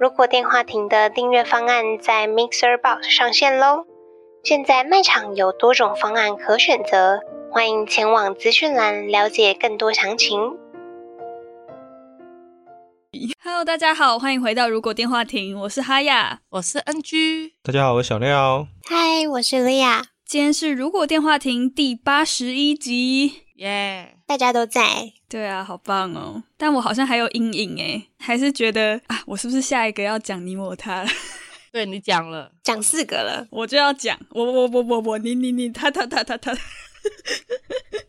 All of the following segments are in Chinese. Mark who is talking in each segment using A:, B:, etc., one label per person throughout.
A: 如果电话亭的订阅方案在 Mixer Box 上线喽。现在卖场有多种方案可选择，欢迎前往资讯栏了解更多详情。
B: Hello，大家好，欢迎回到《如果电话亭》，我是哈雅。
C: 我是 NG，
D: 大家好，我是小廖。
A: 嗨，我是莉亚，
B: 今天是《如果电话亭》第八十一集。
C: 耶、
A: 大家都在。
B: 对啊，好棒哦！但我好像还有阴影诶，还是觉得啊，我是不是下一个要讲你我他 了？
C: 对你讲了，
A: 讲四个了，
B: 我就要讲我我我我我你你你他他他他 他，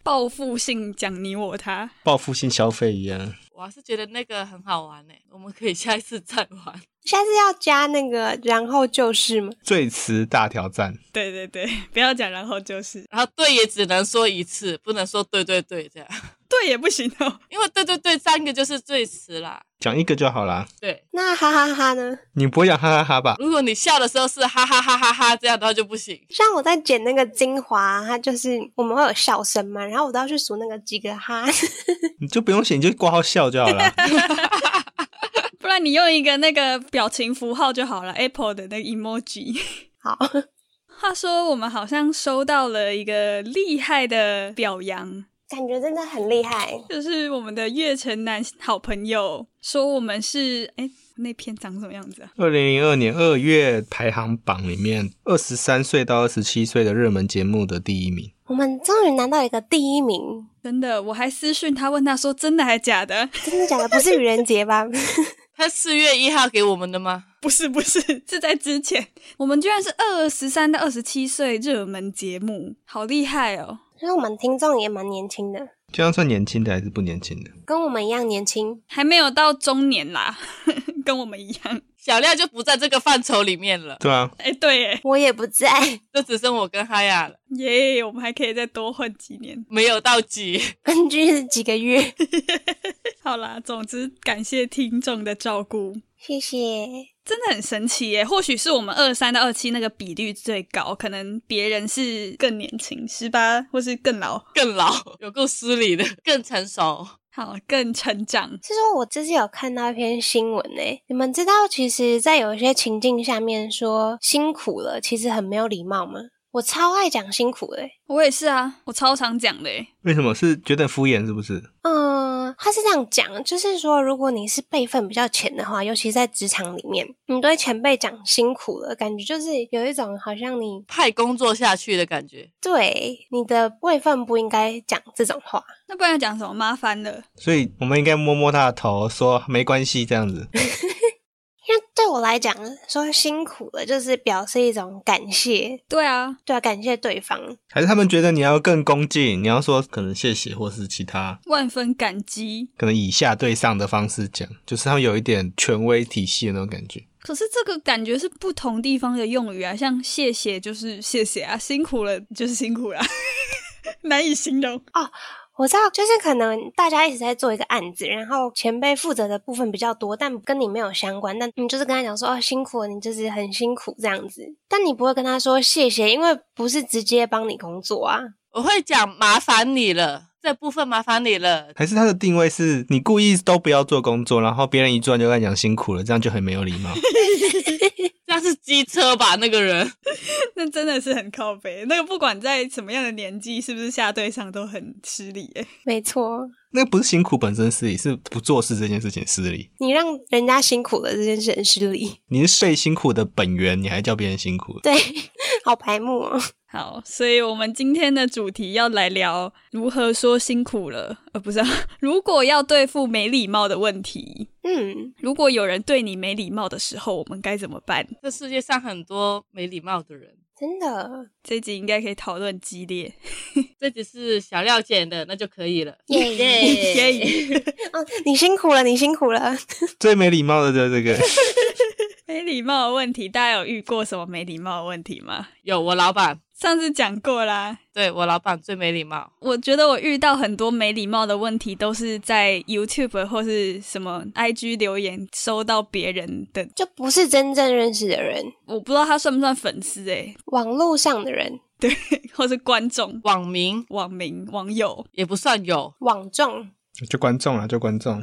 B: 报复性讲你我他。
D: 报复性消费一样，
C: 我还是觉得那个很好玩呢，我们可以下一次再玩。
E: 下次要加那个，然后就是嘛，
D: 最词大挑战，
B: 对对对，不要讲，然后就是
C: 然后对也只能说一次，不能说对对对这样，
B: 对也不行哦。
C: 因为对对对三个就是最迟啦。
D: 讲一个就好啦。
C: 对，
E: 那哈哈哈呢？
D: 你不会讲哈哈哈吧？
C: 如果你笑的时候是哈哈哈哈哈这样，那就不行。
E: 像我在剪那个精华，它就是我们会有笑声嘛，然后我都要去数那个几个哈，
D: 你就不用写，你就挂号笑就好 啦。
B: 不然你用一个那个表情符号就好了，Apple 的那个 emoji。
E: 好，
B: 话说，我们好像收到了一个厉害的表扬，
E: 感觉真的很厉害。
B: 就是我们的月城男好朋友说我们是哎，那篇长什么样子啊？
D: 二零零二年二月排行榜里面，二十三岁到二十七岁的热门节目的第一名。
E: 我们终于拿到一个第一名，
B: 真的，我还私讯他问他说真的还假的？
E: 真的假的？不是愚人节吧？
C: 他四月一号给我们的吗？
B: 不是不是，是在之前，我们居然是二十三到二十七岁热门节目，好厉害哦！
E: 就是我们听众也蛮年轻的，
D: 这样算年轻的还是不年轻的？
E: 跟我们一样年轻。
B: 还没有到中年啦， 跟我们一样。
C: 小廖就不在这个范畴里面了，
D: 对啊，
B: 哎，对，哎，
E: 我也不在，
C: 就只剩我跟哈雅了，
B: 耶，我们还可以再多混几年。
C: 没有到几。
E: 根据是几个月。
B: 好啦，总之感谢听众的照顾。
E: 谢谢，
B: 真的很神奇耶！或许是我们二三到二七那个比率最高，可能别人是更年轻，十八或是更老，
C: 更老，有够失礼的，更成熟。
B: 好更成长。
E: 是说我之前有看到一篇新闻诶、你们知道，其实，在有一些情境下面说辛苦了，其实很没有礼貌吗？我超爱讲辛苦欸诶、
B: 我也是啊，我超常讲的耶，
D: 为什么是觉得敷衍是不是？
E: 嗯，他是这样讲，就是说，如果你是辈分比较浅的话，尤其在职场里面，你对前辈讲辛苦了，感觉就是有一种好像你
C: 派工作下去的感觉。
E: 对你的位分不应该讲这种话。
B: 那不然要讲什么麻烦了？
D: 所以我们应该摸摸他的头，说没关系这样子。
E: 因为对我来讲，说辛苦了就是表示一种感谢，
B: 对啊，
E: 对啊，感谢对方。
D: 还是他们觉得你要更恭敬，你要说可能谢谢或是其他。
B: 万分感激。
D: 可能以下对上的方式讲，就是他们有一点权威体系的那种感觉。
B: 可是这个感觉是不同地方的用语啊，像谢谢就是谢谢啊，辛苦了 就是辛苦了，难以形容。
E: 我知道，就是可能大家一直在做一个案子，然后前辈负责的部分比较多，但跟你没有相关。但你就是跟他讲说，哦，辛苦了，你就是很辛苦这样子。但你不会跟他说谢谢，因为不是直接帮你工作啊。
C: 我会讲麻烦你了，这部分麻烦你了。
D: 还是他的定位是你故意都不要做工作，然后别人一做完就跟你讲辛苦了，这样就很没有礼貌。
C: 这样是机车吧？那个人
B: 那真的是很靠北，那个不管在什么样的年纪，是不是下对上都很吃力耶？
E: 没错，
D: 那不是辛苦本身失礼，是不做事这件事情失礼。
E: 你让人家辛苦了这件事很失礼，
D: 你是被辛苦的本源，你还叫别人辛苦？
E: 对，好白目哦。
B: 好，所以我们今天的主题要来聊如何说辛苦了，呃，不是、啊，如果要对付没礼貌的问题，
E: 嗯，
B: 如果有人对你没礼貌的时候，我们该怎么办？
C: 这世界上很多没礼貌的人。
E: 真的
B: 这一集应该可以讨论激烈，
C: 这只是小料剪的，那就可以了。
E: 耶
B: 耶、
E: 哦，你辛苦了，你辛苦了。
D: 最没礼貌的就是这个，
B: 没礼貌的问题，大家有遇过什么没礼貌的问题吗？
C: 有我老板，
B: 上次讲过啦，
C: 对我老板最没礼貌。
B: 我觉得我遇到很多没礼貌的问题，都是在 YouTube 或是什么 IG 留言收到别人的，
E: 就不是真正认识的人，
B: 我不知道他算不算粉丝诶、
E: 网络上的人，
B: 或是观众、
C: 网民
B: 网民、网友。
C: 也不算有，
E: 网众。
D: 就观众啦，就观众。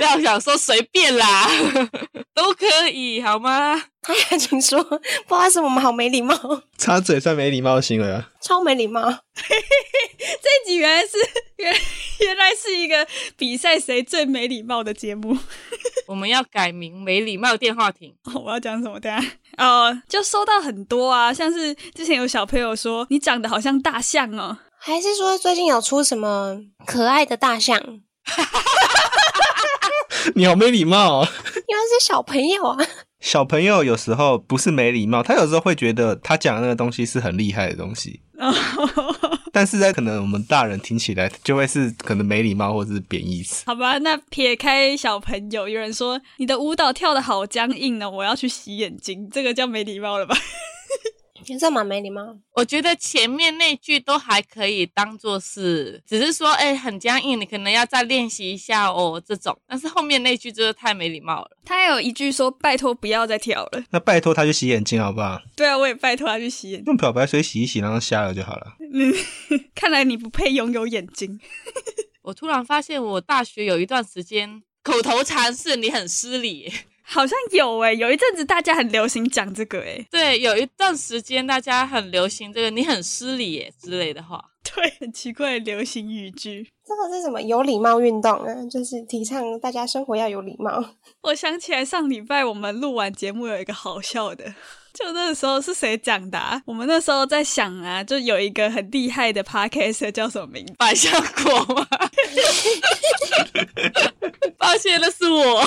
C: 廖想说随便啦， 都可以好吗？
E: 哎呀，请说， 不好意思，我们好没礼貌，
D: 插嘴算没礼貌的行为啊！
E: 超没礼貌。
B: 这集原来是原原来是一个比赛谁最没礼貌的节目。
C: 我们要改名没礼貌电话亭。
B: 哦我要讲什么？等一下哦，就收到很多啊，像是之前有小朋友说你长得好像大象哦，
E: 还是说最近有出什么可爱的大象？因
D: 你好没礼貌、哦。
E: 为是小朋友啊，
D: 小朋友有时候不是没礼貌，他有时候会觉得他讲的那个东西是很厉害的东西，
B: 哦，
D: 但是在可能我们大人听起来就会是可能没礼貌或者是贬义词。
B: 好吧，那撇开小朋友，有人说你的舞蹈跳的好僵硬哦呢，我要去洗眼睛，这个叫没礼貌了吧？
E: 你这蛮没礼貌。
C: 我觉得前面那句都还可以当做是，只是说，哎、很僵硬，你可能要再练习一下哦，这种。但是后面那句真的太没礼貌了。
B: 他还有一句说拜托不要再跳了，
D: 那拜托他去洗眼睛好不好？
B: 对啊，我也拜托他去洗眼睛。
D: 用漂白水洗一洗，然后瞎了就好了。
B: 嗯，看来你不配拥有眼睛。
C: 我突然发现，我大学有一段时间口头禅是你很失礼。
B: 好像有诶、有一阵子大家很流行讲这个欸诶、
C: 对，有一段时间大家很流行这个“你很失礼耶”之类的话。
B: 对， 很奇怪的流行语句。
E: 这个是什么有礼貌运动啊？就是提倡大家生活要有礼貌。
B: 我想起来上礼拜我们录完节目有一个好笑的， 就那时候是谁讲的、啊？我们那时候在想啊，就有一个很厉害的 podcast 叫什么名字？
C: 百香果吗？ 抱歉，那是我。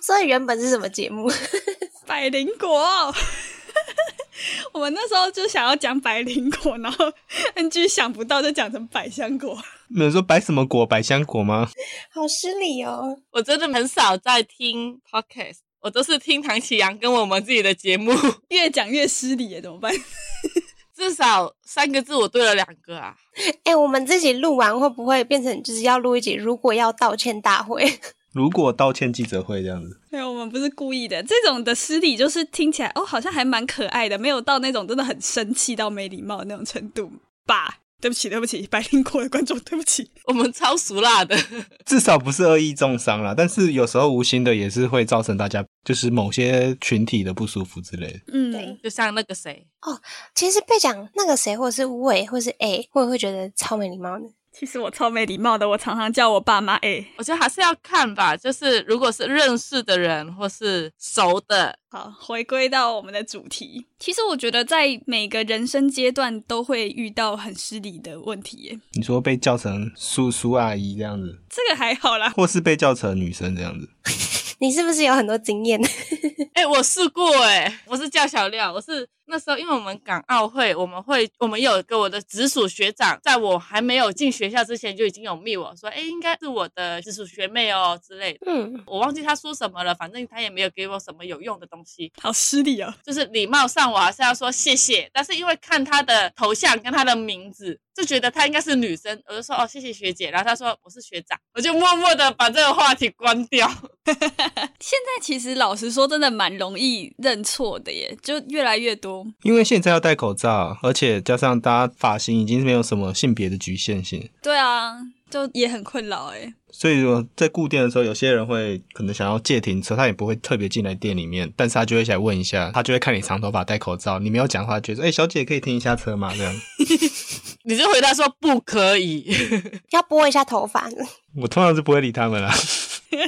E: 所以原本是什么节目？
B: 百灵果。哦 我们那时候就想要讲百灵果，然后 NG 想不到就讲成百香果。
D: 有人说百什么果，百香果吗？
E: 好失礼哦！
C: 我真的很少在听 podcast，我都是听唐启阳跟我们自己的节目。
B: 越讲越失礼耶，怎么办？
C: 至少三个字我对了两个啊！
E: 哎、我们自己录完会不会变成就是要录一集？如果要道歉大会，
D: 如果道歉记者会这样子，
B: 没有，我们不是故意的。这种的失礼就是听起来哦，好像还蛮可爱的，没有到那种真的很生气到没礼貌的那种程度吧？对不起，对不起，百灵果的观众，对不起。
C: 我们超俗辣的，
D: 至少不是恶意重伤啦。但是有时候无心的也是会造成大家就是某些群体的不舒服之类的。
B: 嗯，
E: 对
C: 就像那个谁，
E: 其实被讲那个谁，或者是喂，或是哎，我也会觉得超没礼貌的。
B: 其实我超没礼貌的，我常常叫我爸妈哎、
C: 我觉得还是要看吧。就是如果是认识的人或是熟的，
B: 好，回归到我们的主题。其实我觉得在每个人生阶段都会遇到很失礼的问题耶，
D: 你说被叫成叔叔阿姨这样子，
B: 这个还好啦。
D: 或是被叫成女生这样子，
E: 你是不是有很多经验？
C: 哎、我试过哎、我是叫小廖，我是那时候因为我们港澳会，我们会我们有一个我的直属学长，在我还没有进学校之前就已经有密我说，哎、应该是我的直属学妹哦之类的。
E: 嗯，
C: 我忘记他说什么了，反正他也没有给我什么有用的东西，
B: 好失礼哦，
C: 就是礼貌上我还是要说谢谢，但是因为看他的头像跟他的名字，就觉得他应该是女生，我就说哦谢谢学姐，然后他说我是学长，我就默默的把这个话题关掉。
B: 现在其实老实说，真的蛮容易认错的耶，就越来越多。
D: 因为现在要戴口罩，而且加上大家发型已经没有什么性别的局限性，
B: 对啊，就也很困扰哎。
D: 所以说在顾店的时候，有些人会可能想要借停车，他也不会特别进来店里面，但是他就会想问一下，他就会看你长头发戴口罩，你没有讲话，觉得哎、小姐可以停一下车吗？这样，
C: 你就回答说不可以。
E: 要拨一下头发，
D: 我通常是不会理他们啦。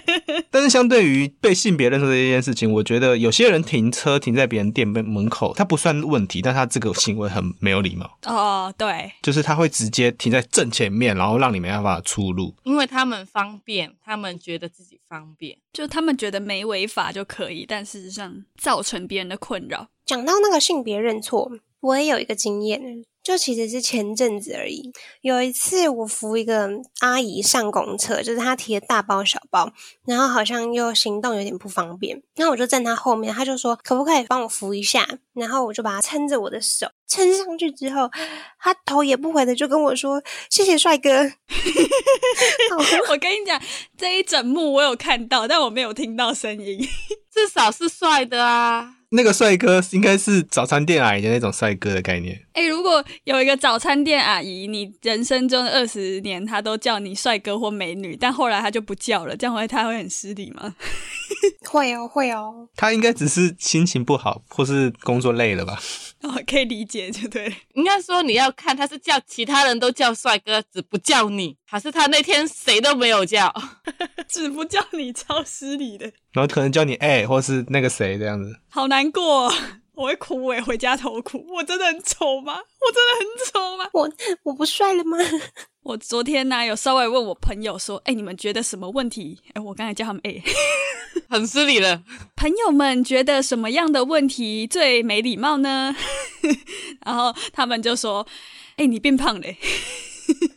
D: 但是相对于被性别认错这件事情，我觉得有些人停车停在别人店门门口，他不算问题，但他这个行为很没有礼貌，
B: 哦，对，
D: 就是他会直接停在正前面，然后让你没办法出入。
C: 因为他们方便，他们觉得自己方便。
B: 就他们觉得没违法就可以，但事实上造成别人的困扰。
E: 讲到那个性别认错，我也有一个经验。就其实是前阵子而已。有一次我扶一个阿姨上公车，就是她提了大包小包，然后好像又行动有点不方便，然后我就站她后面，她就说可不可以帮我扶一下，然后我就把她撑着我的手撑上去之后，她头也不回的就跟我说谢谢帅哥，
B: 我跟你讲，这一整幕我有看到，但我没有听到声音。
C: 至少是帅的啊。
D: 那个帅哥应该是早餐店阿姨的那种帅哥的概念。
B: 哎、如果有一个早餐店阿姨，你人生中的二十年，她都叫你帅哥或美女，但后来她就不叫了，这样会她会很失礼吗？
E: 会哦会哦，
D: 他应该只是心情不好，或是工作累了吧？
B: 哦，可以理解，就对了。
C: 应该说你要看他是叫其他人都叫帅哥，只不叫你，还是他那天谁都没有叫。
B: 只不叫你超失礼的，
D: 然后可能叫你哎、或是那个谁这样子。
B: 好难过、哦， 我会哭哎、回家头哭。我真的很丑吗？我真的很丑吗？
E: 我我不帅了吗？
B: 我昨天呢、有稍微问我朋友说，哎、你们觉得什么问题？哎、我刚才叫他们哎、
C: 很失礼了。
B: 朋友们觉得什么样的问题最没礼貌呢？ 然后他们就说，哎、你变胖嘞、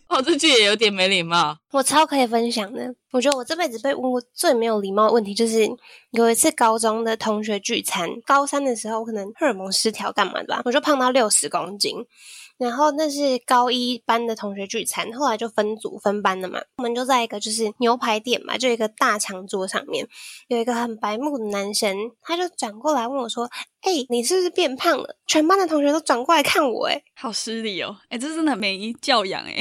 C: 哦，这句也有点没礼貌。
E: 我超可以分享的。我觉得我这辈子被问过最没有礼貌的问题，就是有一次高中的同学聚餐，高三的时候我可能荷尔蒙失调干嘛的吧，我就胖到六十公斤。然后那是高一班的同学聚餐，后来就分组分班了嘛。我们就在一个就是牛排店嘛，就一个大长桌上面，有一个很白目的男生，他就转过来问我说：“哎、你是不是变胖了？”全班的同学都转过来看我、哎，
B: 好失礼哦！哎、这真的很没教养哎、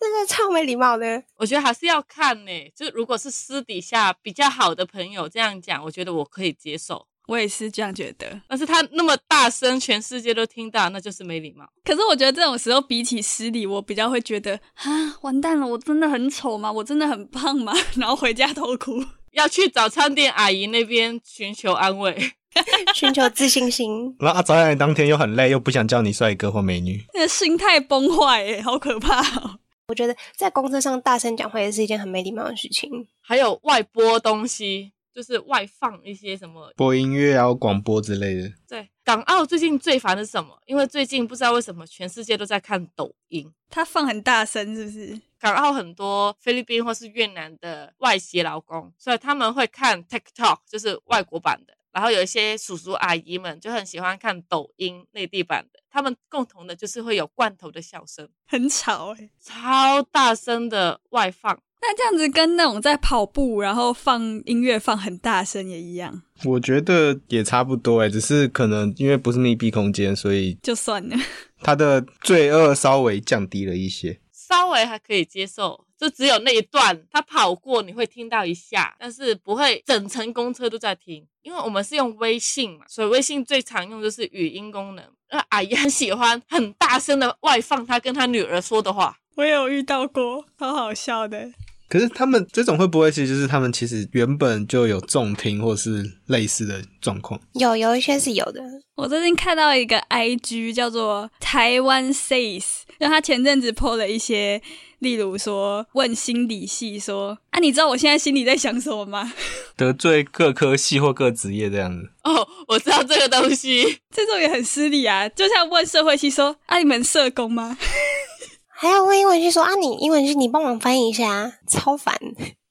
E: 真的超没礼貌的。
C: 我觉得还是要看呢、就如果是私底下比较好的朋友这样讲，我觉得我可以接受。
B: 我也是这样觉得。
C: 但是他那么大声，全世界都听到，那就是没礼貌。
B: 可是我觉得这种时候，比起失礼，我比较会觉得啊，完蛋了，我真的很丑吗？我真的很胖吗？ 然后回家偷哭。
C: 要去早餐店阿姨那边寻求安慰。
E: 寻求自信心。
D: 然后啊，早点来当天又很累，又不想叫你帅哥或美女。
B: 那心态崩坏哎、好可怕哦！
E: 在公车上大声讲话也是一件很没礼貌的事情。
C: 还有外播东西，就是外放一些什么。
D: 播音乐啊、广播之类的，
C: 对，港澳最近最烦的是什么？因为最近不知道为什么全世界都在看抖音。
B: 他放很大声是不是？
C: 港澳很多菲律宾或是越南的外籍劳工，所以他们会看 TikTok，就是外国版的。然后有一些叔叔阿姨们就很喜欢看抖音内地版的，他们共同的就是会有罐头的笑声，
B: 很吵哎、
C: 超大声的外放。
B: 那这样子跟那种在跑步然后放音乐放很大声也一样，
D: 我觉得也差不多哎，只是可能因为不是密闭空间，所以
B: 就算了。
D: 他的罪恶稍微降低了一些。
C: 稍微还可以接受，就只有那一段他跑过你会听到一下，但是不会整层公车都在听，因为我们是用微信嘛，所以微信最常用就是语音功能。那阿姨很喜欢很大声的外放她跟她女儿说的话，
B: 我也有遇到过，好好笑的。
D: 可是他们这种会不会其实就是他们其实原本就有重听或是类似的状况？
E: 有有一些是有的，
B: 我最近看到一个 IG 叫做台湾 says，就他前阵子 PO 了一些，例如说问心理系说啊，你知道我现在心里在想什么吗？
D: 得罪各科系或各职业这样子，
C: 哦，我知道这个东西，
B: 这种也很失礼啊，就像问社会系说啊，你们社工吗？
E: 还要问英文系说啊，你英文系你帮忙翻译一下啊，超烦。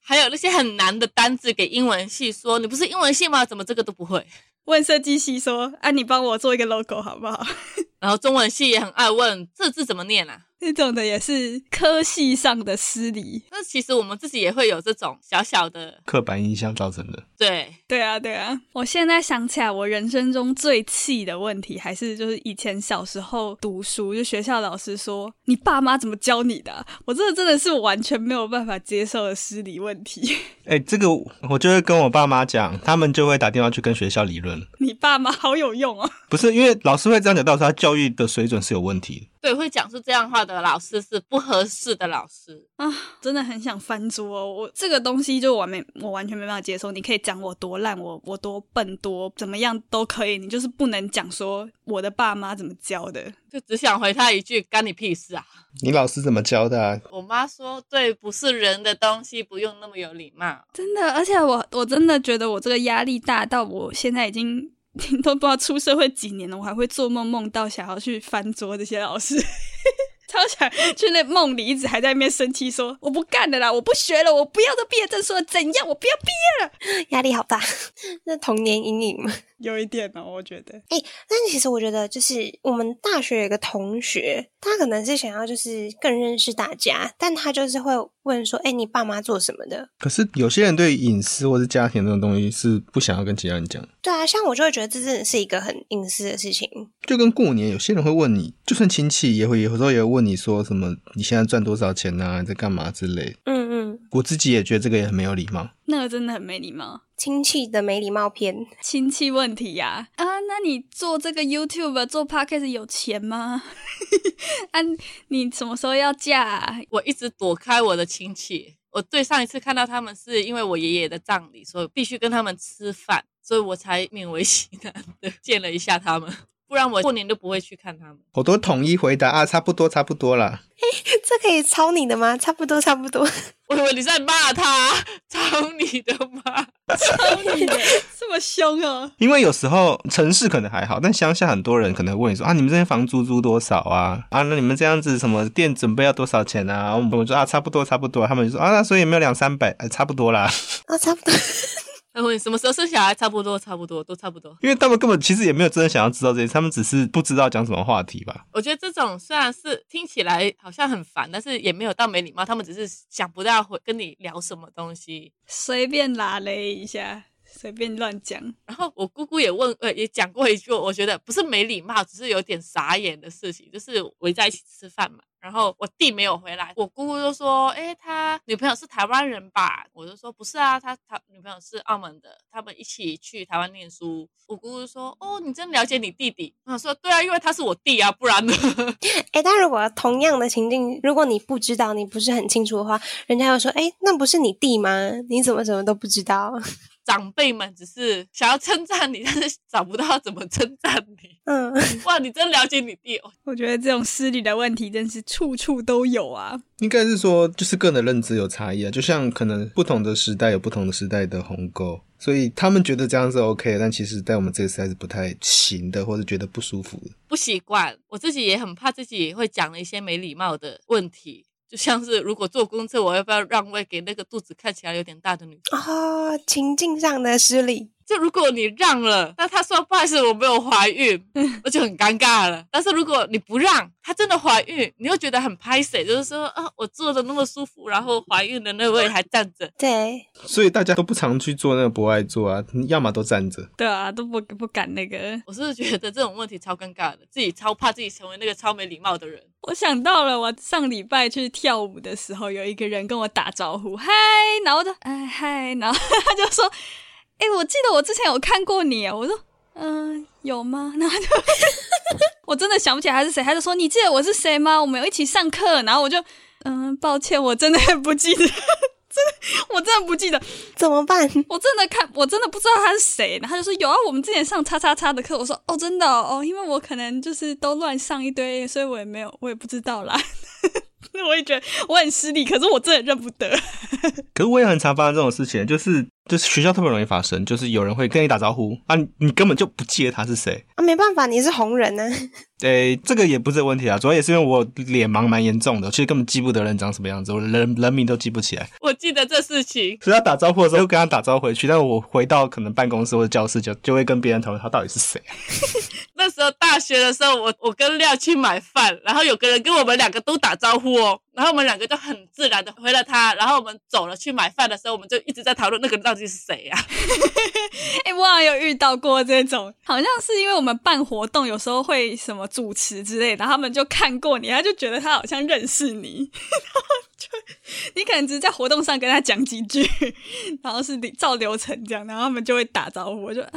C: 还有那些很难的单字给英文系说，你不是英文系吗？怎么这个都不会？
B: 问设计系说啊，你帮我做一个 logo 好不好？
C: 然后中文系也很爱问这字怎么念啊？
B: 这种的也是科系上的失礼。
C: 那其实我们自己也会有这种小小的，
D: 刻板印象造成的。
C: 对，
B: 对啊，对啊，我现在想起来，我人生中最气的问题，还是就是以前小时候读书，就学校老师说你爸妈怎么教你的啊、我这个真的是完全没有办法接受的失礼问题。
D: 哎、这个我就会跟我爸妈讲，他们就会打电话去跟学校理论。
B: 你爸妈好有用哦，
D: 不是因为老师会这样讲，到时候他教育的水准是有问题的。
C: 对，会讲出这样话的老师是不合适的老师。
B: 啊，真的很想翻桌、哦。我这个东西就完没，我完全没办法接受。你可以讲我多烂，我我多笨多怎么样都可以，你就是不能讲说我的爸妈怎么教的。
C: 就只想回他一句：“干你屁事啊
D: 你老师怎么教的、啊？！”
C: 我妈说：“对，不是人的东西不用那么有礼貌。
B: 真的，而且我我真的觉得我这个压力大到我现在已经 都不知道出社会几年了，我还会做梦梦到想要去翻桌这些老师。 超想去那梦里一直还在那边生气说，我不干了啦，我不学了，我不要这毕业证书了，怎样，我不要毕业，
E: 压力好大， 那童年阴影嘛。
B: 有一点哦，我觉得
E: 但其实我觉得，就是我们大学有一个同学，他可能是想要就是更认识大家，但他就是会问说：“哎、你爸妈做什么的
D: 可是有些人对隐私或是家庭这种东西是不想要跟其他人讲，？”
E: 对啊，像我就会觉得这真的是一个很隐私的事情。
D: 就跟过年有些人会问你，就算亲戚也会有时候也会问你说什么你现在赚多少钱啊，你在干嘛之类。
E: 嗯嗯，
D: 我自己也觉得这个也很没有礼貌。
B: 那个真的很没礼貌。
E: 亲戚的没礼貌篇，
B: 亲戚问题呀、啊！那你做这个 YouTube 做 Podcast 有钱吗？ 啊，你什么时候要嫁啊、
C: 我一直躲开我的亲戚。我对上一次看到他们是因为我爷爷的葬礼，所以必须跟他们吃饭，所以我才勉为其难的 见了一下他们，不然我过年都不会去看他们。
D: 我都统一回答啊，差不多，差不多啦。
E: 这可以抄你的吗？差不多，差不多。
C: 我以为你在骂他，操你的妈！
B: 这么凶哦！
D: 因为有时候城市可能还好，但乡下很多人可能会问你说啊，你们这边房租租多少啊？啊，那你们这样子什么店准备要多少钱啊？我们我说啊，差不多，差不多。他们就说啊，那所以有没有两三百？哎，差不多啦。
E: 啊，差不多。
C: 他问你什么时候生小孩，差不多，差不多，都差不多。
D: 因为他们根本其实也没有真的想要知道这些，他们只是不知道讲什么话题吧。
C: 我觉得这种虽然是听起来好像很烦，但是也没有到没礼貌，他们只是想不到会跟你聊什么东西。
B: 随便拉嘞一下，随便乱讲。
C: 然后我姑姑也问，呃，也讲过一句，我觉得不是没礼貌，只是有点傻眼的事情，就是围在一起吃饭嘛。然后我弟没有回来，我姑姑就说：“诶，他女朋友是台湾人吧？”我就说：“不是啊，他他女朋友是澳门的，他们一起去台湾念书。”我姑姑就说：“哦，你真了解你弟弟。”我想说：“对啊，因为他是我弟啊，不然呢？”
E: 哎、但如果同样的情境，如果你不知道，你不是很清楚的话，人家会说：“哎、那不是你弟吗？你怎么什么都不知道
C: 长辈们只是想要称赞你，但是找不到怎么称赞你？”。
E: 嗯，
C: 哇，你真了解你弟哦！
B: 我觉得这种失礼的问题真是处处都有啊！
D: 应该是说，就是个人的认知有差异啊，就像可能不同的时代有不同的时代的鸿沟，所以他们觉得这样是 OK，的但其实在我们这个时代是不太行的，或者觉得不舒服的。
C: 不习惯，我自己也很怕自己会讲了一些没礼貌的问题，就像是如果坐公车，我要不要让位给那个肚子看起来有点大的女生？
E: 哦，情境上的失礼，
C: 就如果你让了，那她说不好意思，我没有怀孕，我就很尴尬了。但是如果你不让，她真的怀孕，你又觉得很拍谁，就是说啊，我坐的那么舒服，然后怀孕的那位还站着，
E: 对，
D: 所以大家都不常去做那个博爱座啊，要么都站着。
B: 对啊，都不不敢那个。
C: 我是觉得这种问题超尴尬的，自己超怕自己成为那个超没礼貌的人。
B: 我想到了，我上礼拜去跳舞的时候，有一个人跟我打招呼，嗨，然后我就哎嗨，然后 他就说，哎、我记得我之前有看过你啊，我说，嗯、有吗？ 然后他就我真的想不起来他是谁，他就说你记得我是谁吗？我们有一起上课，然后我就，嗯、抱歉，我真的不记得，真 的我真的不记得，
E: 怎么办？
B: 我真的看，我真的不知道他是谁。然后他就说有啊，我们之前上叉叉叉的课。我说哦，真的哦，哦因为我可能就是都乱上一堆，所以我也没有，我也不知道啦。 我也觉得我很失礼，可是我真的认不得。
D: 可是我也很常发生这种事情，就是就是学校特别容易发生，就是有人会跟你打招呼啊你，你根本就不记得他是谁。
E: 啊，没办法，你是红人呢、啊
D: 诶、这个也不是问题啊，主要也是因为我脸盲蛮严重的，其实根本记不得人长什么样子，我人人名都记不起来。
C: 我记得这事情，
D: 所以他打招呼的时候就跟他打招呼回去，但我回到可能办公室或者教室就就会跟别人讨论他到底是谁。
C: 那时候大学的时候，我我跟廖去买饭，然后有个人跟我们两个都打招呼哦，然后我们两个就很自然的回了他，然后我们走了去买饭的时候，我们就一直在讨论那个人到底是谁啊呀、
B: 哎、我好像有遇到过这种，好像是因为我们办活动，有时候会什么主持之类的，然后他们就看过你，他就觉得他好像认识你， 然后就你可能只是在活动上跟他讲几句，然后是你照流程这样，然后他们就会打招呼，我就啊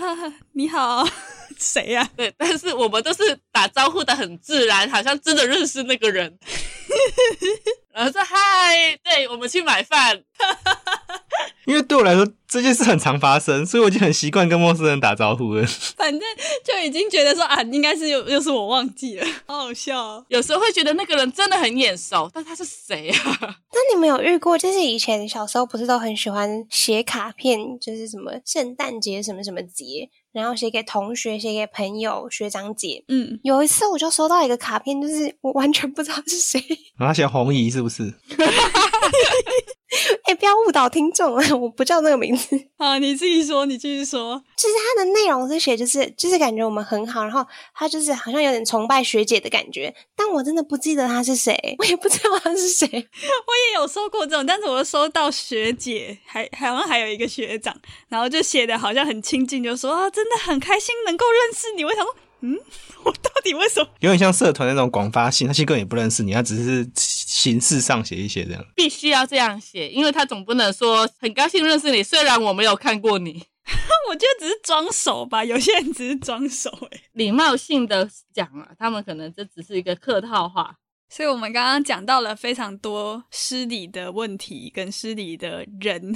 B: 你好， 谁啊呀、
C: 对，但是我们都是打招呼的很自然，好像真的认识那个人。然后说嗨，对我们去买饭，
D: 因为对我来说这件事很常发生，所以我已经很习惯跟陌生人打招呼了。
B: 反正 就已经觉得说啊，应该是又又是我忘记了，好好笑、哦。
C: 有时候会觉得那个人真的很眼熟，但他是谁啊？
E: 那你们有遇过，就是以前小时候不是都很喜欢写卡片，就是什么圣诞节什么什么节，然后写给同学、写给朋友、学长姐。
B: 嗯，
E: 有一次我就收到一个卡片，就是我完全不知道是谁。
D: 然后写红姨是不是？
E: 哎、不要误导听众啊！我不叫那个名字。
B: 好，你自己说，你继续说。
E: 就是它的内容是写，就是就是感觉我们很好，然后他就是好像有点崇拜学姐的感觉，但我真的不记得他是谁，我也不知道他是谁。
B: 我也有收过这种，但是我收到学姐，还好像还有一个学长，然后就写的好像很亲近，就说啊，真的很开心能够认识你。我想说，嗯， 我到底为什么？
D: 有点像社团那种广发信，他其实根本也不认识你，他只是形式上写一写这样。
C: 必须要这样写，因为他总不能说很高兴认识你，虽然我没有看过你。
B: 我觉得只是装熟吧，有些人只是装熟哎、欸
C: 礼貌性的讲啊，他们可能这只是一个客套话。
B: 所以我们刚刚讲到了非常多失礼的问题跟失礼的人，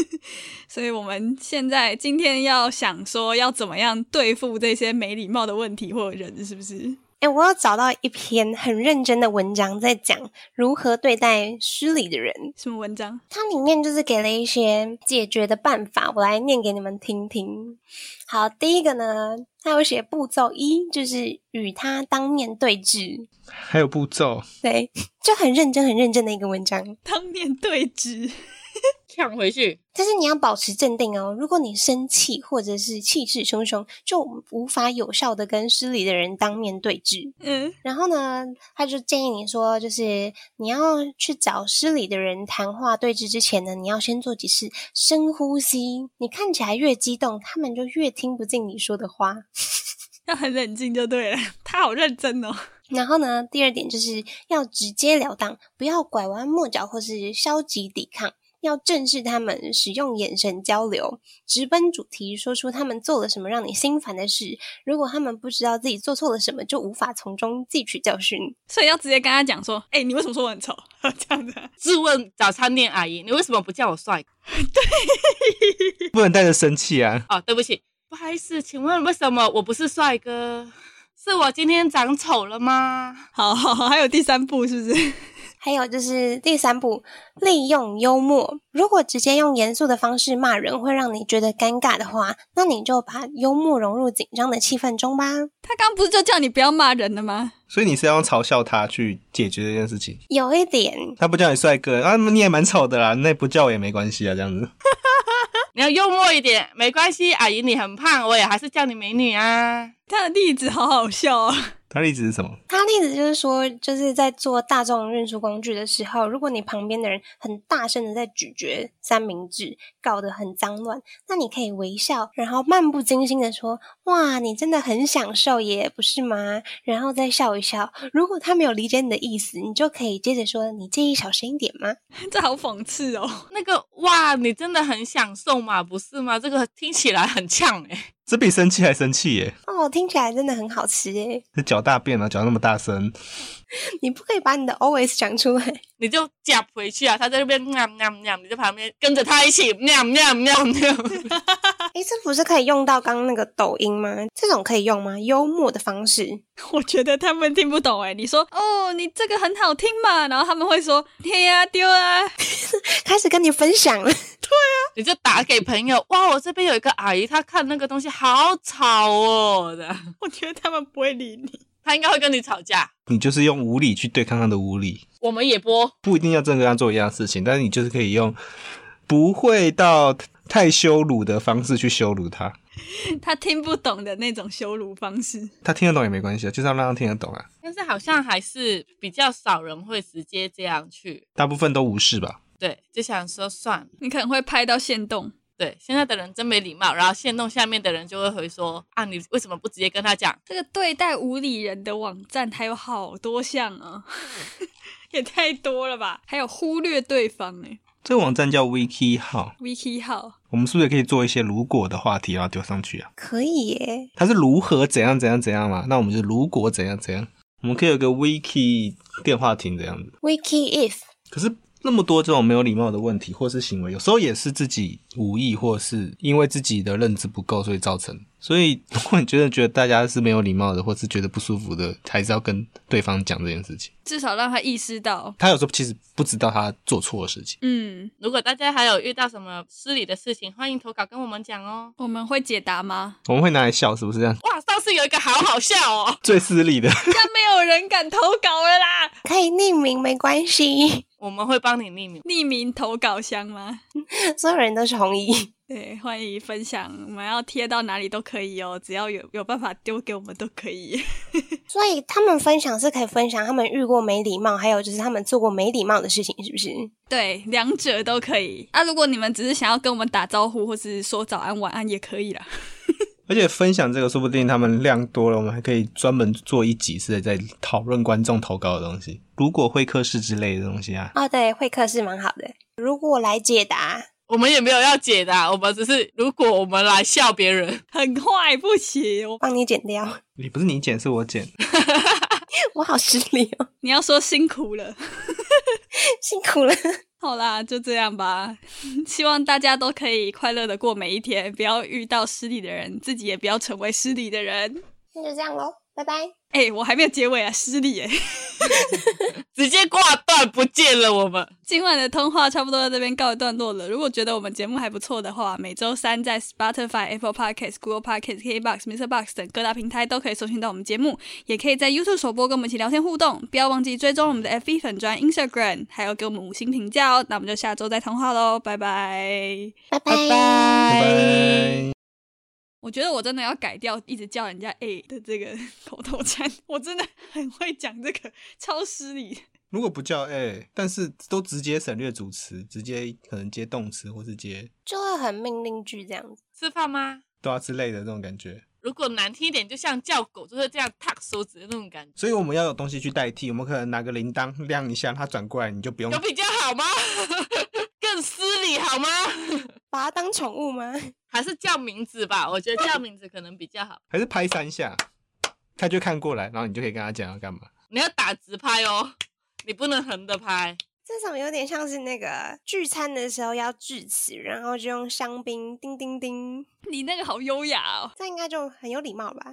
B: 所以我们现在今天要想说要怎么样对付这些没礼貌的问题或人，是不是？
E: 哎、我有找到一篇很认真的文章，在讲如何对待失礼的人。
B: 什么文章？
E: 它里面就是给了一些解决的办法，我来念给你们听听。好，第一个呢，它有写步骤一，就是与他当面对峙，
D: 还有步骤，
E: 对，就很认真、很认真的一个文章。
B: 当面对质。
C: 呛回去，
E: 但是你要保持镇定哦。如果你生气或者是气势汹汹，就无法有效的跟失礼的人当面对峙。
B: 嗯，
E: 然后呢，他就建议你说，就是你要去找失礼的人谈话对峙之前呢，你要先做几次深呼吸。你看起来越激动，他们就越听不进你说的话。
B: 要很冷静就对了。他好认真哦。
E: 然后呢，第二点就是要直截了当，不要拐弯抹角或是消极抵抗。要正视他们，使用眼神交流，直奔主题，说出他们做了什么让你心烦的事。如果他们不知道自己做错了什么，就无法从中汲取教训。
B: 所以要直接跟他讲说：“哎、你为什么说我很丑？” 这样子啊、
C: 质问早餐店阿姨，你为什么不叫我帅哥？
D: 不能带着生气啊！
C: 哦，对不起，不好意思，请问为什么我不是帅哥？是我今天长丑了吗？
B: 好好好，还有第三步是不是？
E: 还有就是第三步，利用幽默。如果直接用严肃的方式骂人会让你觉得尴尬的话，那你就把幽默融入紧张的气氛中吧。
B: 他刚不是就叫你不要骂人了吗？
D: 所以你是要用嘲笑他去解决这件事情。
E: 有一点，
D: 他不叫你帅哥啊，你也蛮丑的啦，那不叫我也没关系啊，这样子。
C: 你要幽默一点，没关系，阿姨你很胖，我也还是叫你美女啊。
B: 他的例子好好笑哦。
D: 他的例子是什么？
E: 他例子就是说，就是在做大众运输工具的时候，如果你旁边的人很大声的在咀嚼三明治，搞得很脏乱，那你可以微笑，然后漫不经心的说：“哇，你真的很享受耶，不是吗？”然后再笑一笑。如果他没有理解你的意思，你就可以接着说：“你介意小声一点吗
B: 这好讽刺哦！
C: 那个哇，你真的很享受嘛，不是吗？这个听起来很呛哎、
D: 这比生气还生气耶！？”
E: 哦，听起来真的很好吃耶！
D: 这嚼大便啊，嚼那么大声，
E: 你不可以把你的 always 讲出来。
C: 你就夹回去啊！他在那边喵喵喵，你在旁边跟着他一起喵喵喵喵。
E: 诶，这不是可以用到刚刚那个抖音吗？这种可以用吗？幽默的方式。
B: 我觉得他们听不懂哎。你说哦，你这个很好听嘛，然后他们会说嘿啊丢啊，
E: 开始跟你分享了。
C: 你就打给朋友，哇，我这边有一个阿姨，她看那个东西好吵哦的，
B: 我觉得他们不会理你。
C: 她应该会跟你吵架。
D: 你就是用无理去对抗他的无理，
C: 我们也播，
D: 不一定要真的跟他做一样的事情，但是你就是可以用不会到太羞辱的方式去羞辱他。
B: 他听不懂的那种羞辱方式，
D: 他听得懂也没关系啊，就是要让他听得懂啊。
C: 但是好像还是比较少人会直接这样去，
D: 大部分都无视吧。
C: 对，就想说算了。
B: 你可能会拍到线动。
C: 对，现在的人真没礼貌，然后线动下面的人就会回说啊，你为什么不直接跟他讲？
B: 这个对待无理人的网站还有好多项啊， 也太多了吧？还有忽略对方哎
D: 这个网站叫 Wiki 号，
B: ，Wiki 号
D: 我们是不是也可以做一些如果的话题，然后丢上去啊？
E: 可以耶，
D: 它是如何怎样怎样怎样嘛？那我们就如果怎样怎样，我们可以有个 Wiki 电话亭这样子。
E: Wiki if
D: 可是那么多这种没有礼貌的问题或是行为，有时候也是自己无意或是因为自己的认知不够，所以造成。所以，如果你觉得觉得大家是没有礼貌的，或是觉得不舒服的，还是要跟对方讲这件事情。
B: 至少让他意识到，
D: 他有时候其实不知道他做错的事情。
B: 嗯，
C: 如果大家还有遇到什么失礼的事情，欢迎投稿跟我们讲哦。
B: 我们会解答吗？
D: 我们会拿来笑，是不是这样？
C: 哇，上次有一个好好笑哦，
D: 最失礼的，
B: 但没有人敢投稿了啦，
E: 可以匿名没关系，
C: 我们会帮你匿名。
B: 匿名投稿箱吗？
E: 所有人都是红衣。
B: 对，欢迎分享，我们要贴到哪里都可以哦，只要有有办法丢给我们都可以。
E: 所以他们分享是可以分享他们遇过没礼貌，还有就是他们做过没礼貌的事情，是不是？
B: 对，两者都可以。啊，如果你们只是想要跟我们打招呼，或是说早安、晚安也可以啦。
D: 而且分享这个，说不定他们量多了，我们还可以专门做一集是在讨论观众投稿的东西，如果会客室之类的东西啊。
E: 哦，对，会客是蛮好的。如果来解答，
C: 我们也没有要解答，我们只是如果我们来笑别人，
B: 很坏，不行，我
E: 帮你剪掉，
D: 你不是你剪，是我剪。
E: 我好失礼哦，
B: 你要说辛苦了。
E: 辛苦了。
B: 好啦，就这样吧。 希望大家都可以快乐的过每一天，不要遇到失礼的人，自己也不要成为失礼的人。
E: 那就这样喽，拜拜。
B: 哎、我还没有结尾啊，失礼哎、
C: 直接挂断不见了。我们
B: 今晚的通话差不多到这边告一段落了。如果觉得我们节目还不错的话，每周三在 Spotify、Apple Podcasts、Google Podcasts、KBox、Mr. Box 等各大平台都可以搜寻到我们节目，也可以在 YouTube 首播跟我们一起聊天互动。不要忘记追踪我们的 FB 粉专、Instagram，还有给我们五星评价哦。那我们就下周再通话喽，拜拜。
E: 拜拜
C: 拜
D: 拜
C: 拜。
D: 拜。
B: 我觉得我真的要改掉一直叫人家 A 的这个 口头禅，我真的很会讲这个，超失礼。
D: 如果不叫哎、但是都直接省略主词，直接可能接动词或是接
E: 就会很命令句这样子。
C: 吃饭吗？
D: 对啊之类的这种感觉。
C: 如果难听一点，就像叫狗，就是这样踏手指的那种感觉，
D: 所以我们要有东西去代替，我们可能拿个铃铛亮一下，它转过来你就不用
C: 有。比较好吗？ 更失礼好吗？
E: 把它当宠物吗？
C: 还是叫名字吧，我觉得叫名字可能比较好。
D: 还是拍三下，他就看过来，然后你就可以跟他讲要干嘛。
C: 你要打直拍哦，你不能横的拍。
E: 这种有点像是那个聚餐的时候要致辞，然后就用香槟叮叮叮，
B: 你那个好优雅哦。
E: 这样应该就很有礼貌吧？